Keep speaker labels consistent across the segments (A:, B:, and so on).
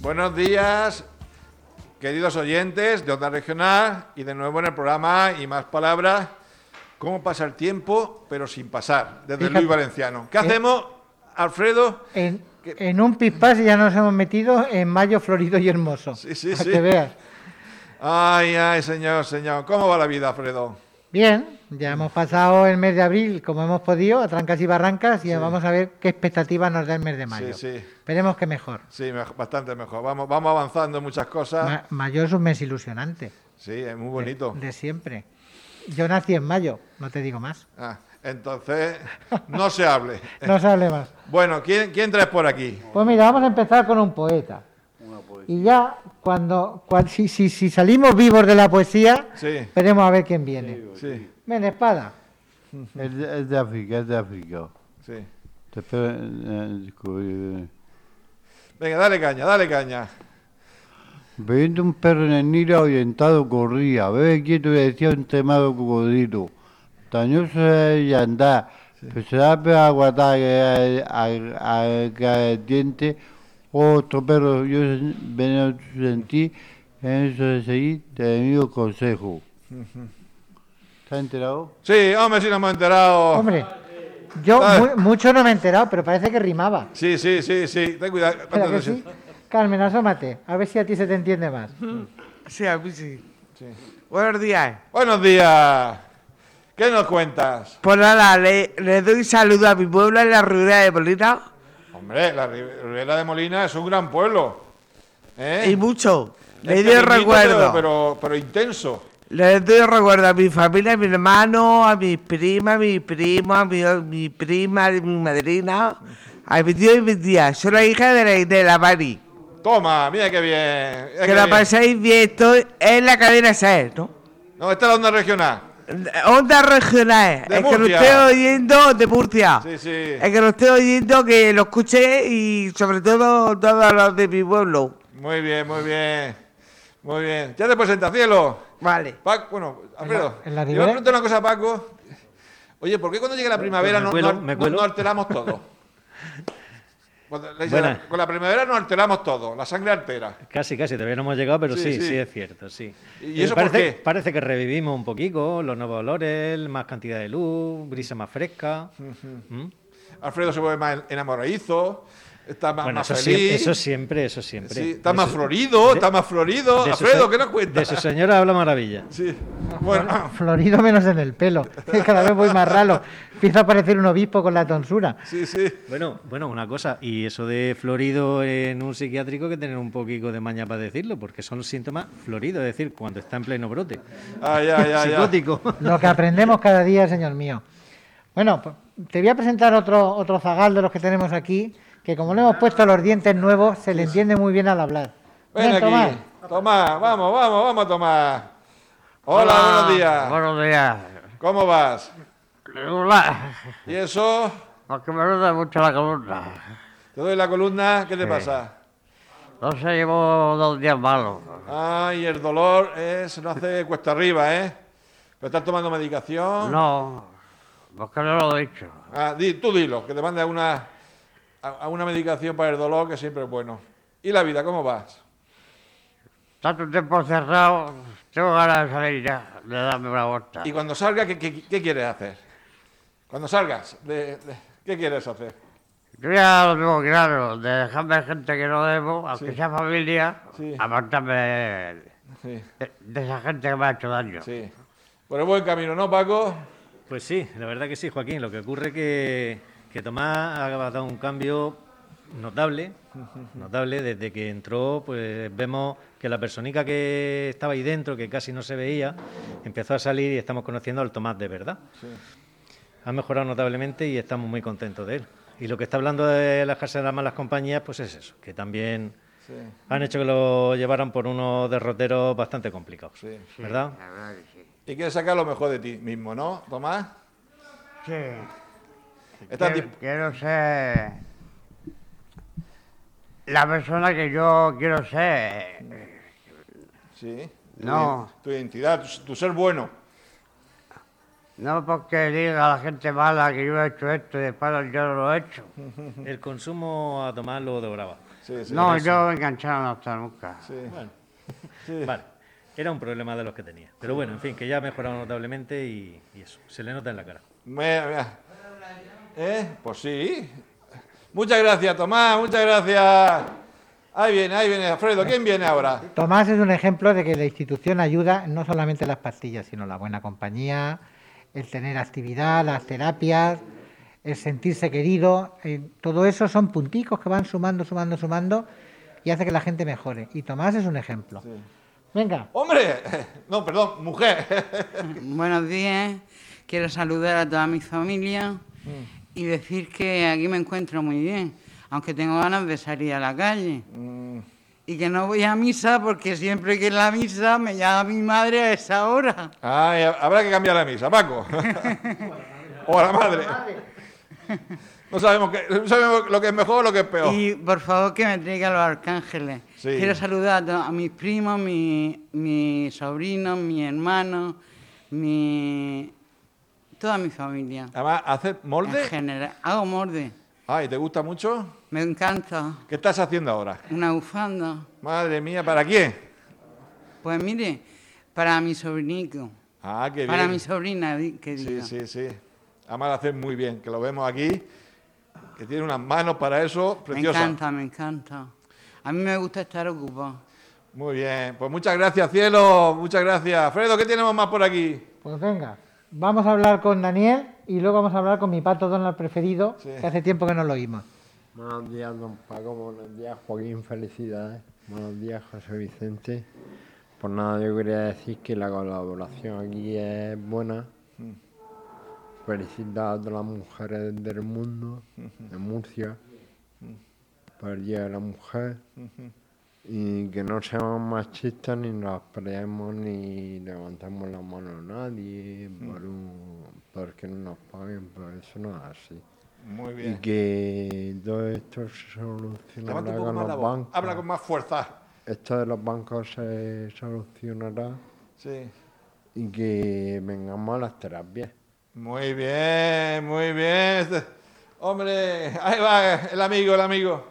A: Buenos días, queridos oyentes de Onda Regional y de nuevo en el programa y más palabras. ¿Cómo pasa el tiempo, pero sin pasar? Desde
B: Fíjate. ¿Eh?
A: Luis Valenciano. ¿Qué hacemos, Alfredo?
B: En, en un pispás ya nos hemos metido en mayo florido y hermoso.
A: Sí, sí,
B: para
A: sí.
B: que veas.
A: Ay, ay, señor, señor. ¿Cómo va la vida, Alfredo?
B: Bien, ya hemos pasado el mes de abril como hemos podido, a trancas y barrancas, y vamos a ver qué expectativas nos da el mes de mayo.
A: Sí, sí.
B: Esperemos que mejor.
A: Sí, mej- bastante mejor. Vamos, vamos avanzando en muchas cosas.
B: Ma- Eh, mayo es un mes ilusionante.
A: Sí, es muy Ah. bonito.
B: De, de siempre. Yo nací en mayo, no te digo más.
A: Ah, entonces, no se hable.
B: No se hable más.
A: Bueno, ¿quién, quién traes por aquí?
B: Pues mira, vamos a empezar con un poeta. Y ya, cuando, cuan- si, si- si salimos vivos de la poesía,
A: Sí,
B: veremos a ver quién viene.
A: sí,
B: Ven, espada.
C: Es de, es de África, es de África.
A: sí.
C: Te eh, espero en- en- descubrí-
A: Venga, dale caña, dale caña.
C: Bebiendo un perro en el Nilo ahuyentado corría, bebe quieto y decía un temado cocodrilo. Tañoso y andar, pesada a aguantar que el diente, otro perro yo sen- veneno sentí, en eso seguí, te amigo consejo. ¿Está enterado?
A: Sí, hombre, si nos hemos enterado.
B: Hombre, yo
A: Oh. Ah.
B: mu- mucho no me he enterado, pero parece que rimaba.
A: Sí, sí, sí, sí. Ten cuidado.
B: Espera, que sí. Carmen, asómate, a ver si a ti se te entiende más.
D: Sí, a mí sí. Buenos días.
A: Buenos días. ¿Qué nos cuentas?
D: Pues nada, le, le doy saludo a mi pueblo en la ribera de Molina
A: Hombre, la Ribera de Molina es un gran pueblo. ¿eh?
D: y mucho.
A: Es
D: Le doy
A: pequeñito,
D: recuerdo.
A: Pero, pero, pero intenso.
D: Le doy recuerdo a mi familia, a mi hermano, a mis primas, a mi primo, a mi, a mi prima, a mi madrina, a mi tío y mi tía. Soy la hija de la, de la Mari.
A: Toma, mira qué bien. mira qué
D: Que la
A: bien.
D: paséis bien. Estoy en la cadena SER, ¿no?
A: No, esta es la onda regional.
D: Onda regional.
A: De
D: es que lo
A: Murcia.
D: estoy oyendo de Murcia.
A: Sí, sí.
D: Es que lo estoy oyendo, que lo escuché y sobre todo todos los de mi pueblo.
A: Muy bien, muy bien. Muy bien. Ya te presentacielo.
D: Vale.
A: Paco, bueno, Alfredo.
B: en la
A: yo voy a
B: ribera-
A: preguntar una cosa a Paco. Oye, ¿por qué cuando llega la primavera
E: me
A: no,
E: cuelo,
A: no-
E: me
A: no-
E: cuelo.
A: no alteramos todo? Cuando le dice
E: Buena.
A: la- con la primavera nos alteramos todo, la sangre altera.
E: Casi, casi, todavía no hemos llegado, pero
A: Sí,
E: sí, sí,
A: sí.
E: es cierto, sí.
A: ¿Y
E: Eh,
A: eso por
E: parece,
A: qué?
E: parece que revivimos un poquito los nuevos olores, más cantidad de luz, brisa más fresca. ¿Mm?
A: Alfredo se vuelve más enamoradizo, está más,
E: Bueno,
A: más
E: eso,
A: feliz.
E: siempre, eso siempre, eso siempre.
A: Sí, está
E: De
A: más
E: su-
A: florido,
E: de-
A: está más florido.
E: de su
A: Alfredo,
E: se-
A: ¿qué nos cuenta?
E: De su señora habla maravilla.
A: Sí. Bueno,
B: Florido menos en el pelo, cada vez voy más ralo. Empieza a parecer un obispo con la tonsura.
A: sí, sí.
E: Bueno, bueno, una cosa, y eso de florido en un psiquiátrico que tener un poquito de maña para decirlo, porque son síntomas floridos, es decir, cuando está en pleno brote.
A: Ay, ay, ay, ay.
E: Psicótico.
B: Lo que aprendemos cada día, señor mío. Bueno, pues, te voy a presentar otro, otro zagal de los que tenemos aquí, que como le hemos puesto los dientes nuevos, se le entiende muy bien al hablar.
A: Ven aquí.
B: Tomás.
A: Tomás, vamos, vamos, vamos a tomar. Hola, buenos días.
F: Buenos días.
A: ¿Cómo vas?
F: Hola.
A: ¿Y eso?
F: Aunque me duele mucho la columna.
A: Te doy la columna, ¿qué te pasa?
F: No sé, llevo dos días malos.
A: Ay, Ah, el dolor eh, se nos hace cuesta arriba, ¿eh? ¿Pero estás tomando medicación?
F: No, porque no lo he dicho.
A: Ah, di- tú dilo, que te mande a una, a, a una medicación para el dolor que siempre es bueno. ¿Y la vida, cómo vas?
F: Tanto tiempo cerrado, tengo ganas de salir ya, de darme una vuelta.
A: Y cuando salgas, ¿qué, qué, qué quieres hacer? Cuando salgas, de- de- ¿qué quieres hacer?
F: Yo ya lo tengo claro, de dejarme gente que no debo, aunque sea familia,
A: Sí.
F: apartarme de,
A: Sí,
F: de esa gente que me ha hecho daño.
A: sí. Por el buen camino, ¿no, Paco?
E: Pues sí, la verdad que sí, Joaquín. Lo que ocurre que, que Tomás ha dado un cambio notable, notable desde que entró, pues vemos que la personica que estaba ahí dentro, que casi no se veía, empezó a salir y estamos conociendo al Tomás de verdad. Ha mejorado notablemente y estamos muy contentos de él. Y lo que está hablando de las casas de las malas compañías, pues es eso, que también
A: Sí.
E: han hecho que lo llevaran por unos derroteros bastante complicados,
A: Sí.
E: ¿verdad?
F: La verdad que sí.
A: Y quieres sacar lo mejor de ti mismo, ¿no, Tomás?
F: Sí.
A: Estás
F: Quiero,
A: disp-
F: quiero ser la persona que yo quiero ser.
A: Sí. Tu
F: No.
A: iden- Tu identidad, tu, tu ser bueno.
F: No porque diga a la gente mala que yo he hecho esto y después yo no lo he hecho.
E: El consumo a Tomás lo devoraba.
A: Sí, sí,
F: no,
A: sí.
F: yo enganchado no estoy nunca.
A: Sí.
E: Bueno. Vale. Era un problema de los que tenía. Pero bueno, en fin, que ya ha mejorado notablemente y, y eso. Se le nota en la cara.
A: Mira, mira. ¿Eh? Pues sí. Muchas gracias, Tomás, muchas gracias. Ahí viene, ahí viene, Alfredo. ¿Quién viene ahora?
B: Tomás es un ejemplo de que la institución ayuda no solamente las pastillas, sino la buena compañía, el tener actividad, las terapias, el sentirse querido. eh, todo eso son punticos que van sumando, sumando, sumando y hace que la gente mejore. Y Tomás es un ejemplo. Venga,
A: ¡Hombre! No, perdón, mujer.
G: Buenos días. Quiero saludar a toda mi familia y decir que aquí me encuentro muy bien, aunque tengo ganas de salir a la calle. Y que no voy a misa porque siempre que es la misa me llama mi madre a esa hora.
A: Ay, habrá que cambiar la misa, Paco. o a la madre. No sabemos, qué- no sabemos lo que es mejor o lo que es
D: Oh.
A: peor.
G: Y por favor que me traiga los arcángeles.
A: Sí.
G: Quiero saludar a, to- a mis primos, mi- mis sobrinos, mis hermanos, mi... toda mi familia.
A: Además, hacer
G: En
A: molde.
G: general. Hago morde.
A: Ay, ¿te gusta mucho?
G: Me encanta.
A: ¿Qué estás haciendo ahora?
G: Una bufanda.
A: Madre mía, ¿para quién?
G: Pues mire, para mi sobrinico.
A: Ah, qué bien.
G: Para mi sobrina, di- que
A: Sí,
G: diga.
A: sí, sí. Además lo haces muy bien, que lo vemos aquí, que tiene unas manos para eso
G: me
A: preciosas.
G: encanta, me encanta. A mí me gusta estar ocupado.
A: Muy bien, pues muchas gracias, cielo, muchas gracias. Fredo, ¿qué tenemos más por aquí?
B: pues venga. Vamos a hablar con Daniel y luego vamos a hablar con mi pato Donald preferido,
A: Sí.
B: que hace tiempo que no lo oímos.
H: Buenos días, don Paco. Buenos días, Joaquín. Felicidades. Buenos días, José Vicente. Pues nada, yo quería decir que la colaboración aquí es buena. Felicitar a todas las mujeres del mundo, de Murcia, por el Día de la Mujer. Y que no seamos machistas ni nos peleemos ni levantamos la mano a nadie por un, porque no nos paguen, por eso no es así.
A: Muy
H: Y que todo esto se
A: Levanta
H: solucionará
A: un poco
H: con
A: más
H: los
A: la voz,
H: bancos.
A: habla con más fuerza.
H: Esto de los bancos se solucionará
A: Sí.
H: y que vengamos a las terapias.
A: Muy bien, muy bien. Este- Hombre, ahí va el amigo, el amigo.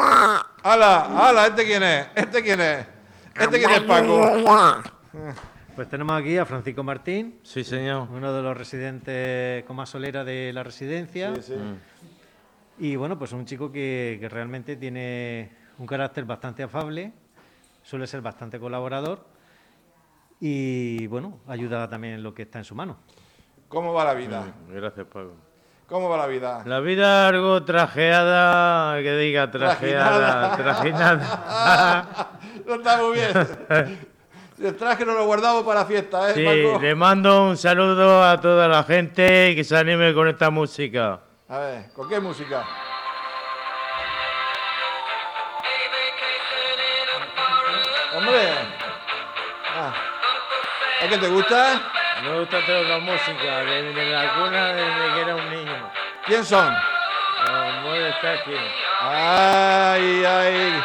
A: ¡Hala! ¡Hala! ¿Este quién es? ¿Este quién es? ¿Este quién es Paco?
E: Pues tenemos aquí a Francisco Martín,
I: Sí, señor.
E: uno de los residentes con más solera de la residencia.
I: Mm.
E: Y bueno, pues un chico que, que realmente tiene un carácter bastante afable, suele ser bastante colaborador y bueno, ayuda también en lo que está en su mano.
A: ¿Cómo va la vida?
I: Gracias, Paco.
A: ¿Cómo va la vida?
I: La vida algo trajeada, que diga
A: Trajinada.
I: trajeada, trajinada.
A: Ah, No está muy bien. Si El traje no lo guardamos para la fiesta, ¿eh,
I: Sí,
A: Paco?
I: le mando un saludo a toda la gente y que se anime con esta música.
A: A ver, ¿con qué música? ¡Hombre! Ah. ¿Es que te gusta?
I: Me gusta toda la música, desde la cuna, desde que era un niño.
A: ¿Quién son?
I: Como mueve está aquí.
A: ¡Ay, ay!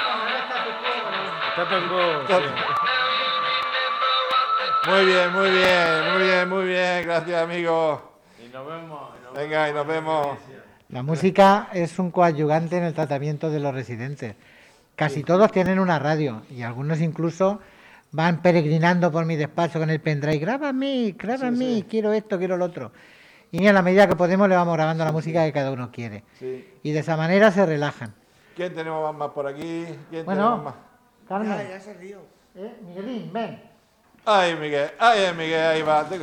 I: Está tocó, sí.
A: Muy bien, muy bien, muy bien, muy bien. Gracias, amigo.
I: Y nos vemos. y nos
A: Venga, y nos vemos.
B: La música es un coadyuvante en el tratamiento de los residentes. Casi todos tienen una radio y algunos incluso van peregrinando por mi despacho con el pendrive. Grábame, grábame, quiero esto, quiero lo otro. Y en la medida que podemos le vamos grabando la música que cada uno quiere.
A: Sí.
B: Y de esa manera se relajan.
A: ¿Quién tenemos más- más por aquí? ¿Quién tenemos más?
B: Bueno, Carmen. Eh, Miguelín, ven.
A: Ay, Miguel, ay, eh, Miguel, ahí va. te-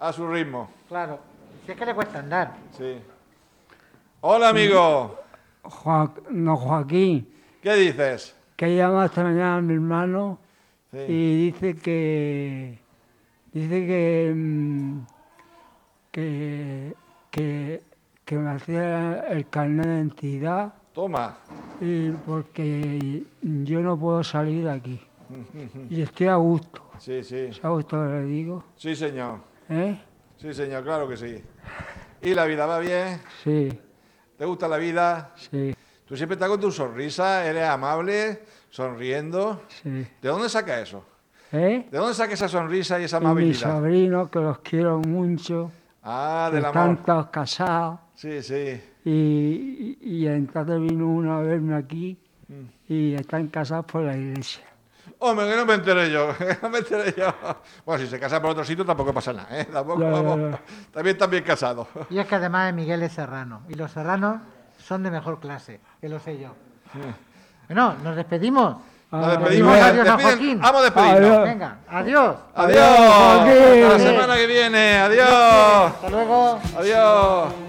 A: A su ritmo,
B: Claro. Si es que le cuesta andar.
A: sí. Hola, amigo.
J: no, Joaquín,
A: ¿Qué dices?
J: que llama esta mañana a mi hermano
A: Sí.
J: y dice que. Dice que. mm, que. que, que me hacía el carnet de identidad
A: Toma.
J: y porque yo no puedo salir de aquí. Y estoy a gusto.
A: Sí, sí.
J: ¿Sabes a gusto que le digo?
A: Sí, señor.
J: ¿Eh?
A: Sí, señor, claro que sí. ¿Y la vida va bien?
J: Sí,
A: ¿Te gusta la vida?
J: sí,
A: Tú siempre estás con tu sonrisa, eres amable, sonriendo.
J: sí.
A: ¿De dónde saca eso?
J: ¿Eh?
A: ¿De dónde saca esa sonrisa y esa
J: Y mis
A: amabilidad?
J: sobrinos, que los quiero mucho.
A: Ah,
J: que
A: del
J: Están
A: amor.
J: todos casados.
A: Sí, sí.
J: Y, y- y entonces vino uno a verme aquí
A: Mm.
J: y están casados por la iglesia.
A: Hombre, que no me enteré yo, que no me enteré yo. Bueno, si se casa por otro sitio tampoco pasa nada, ¿eh? Tampoco,
J: Ya, ya,
A: vamos,
J: ya.
A: También están bien casados.
B: Y es que además de Miguel es serrano. Y los serranos son de mejor clase, que lo sé yo. Bueno, nos despedimos.
J: Ah,
A: Nos despedimos,
B: Adiós a
A: despiden-
B: Joaquín.
A: vamos a despedirnos. Adiós.
B: Venga, adiós.
A: Adiós. Hasta la semana que viene. Adiós.
B: Hasta luego.
A: Adiós.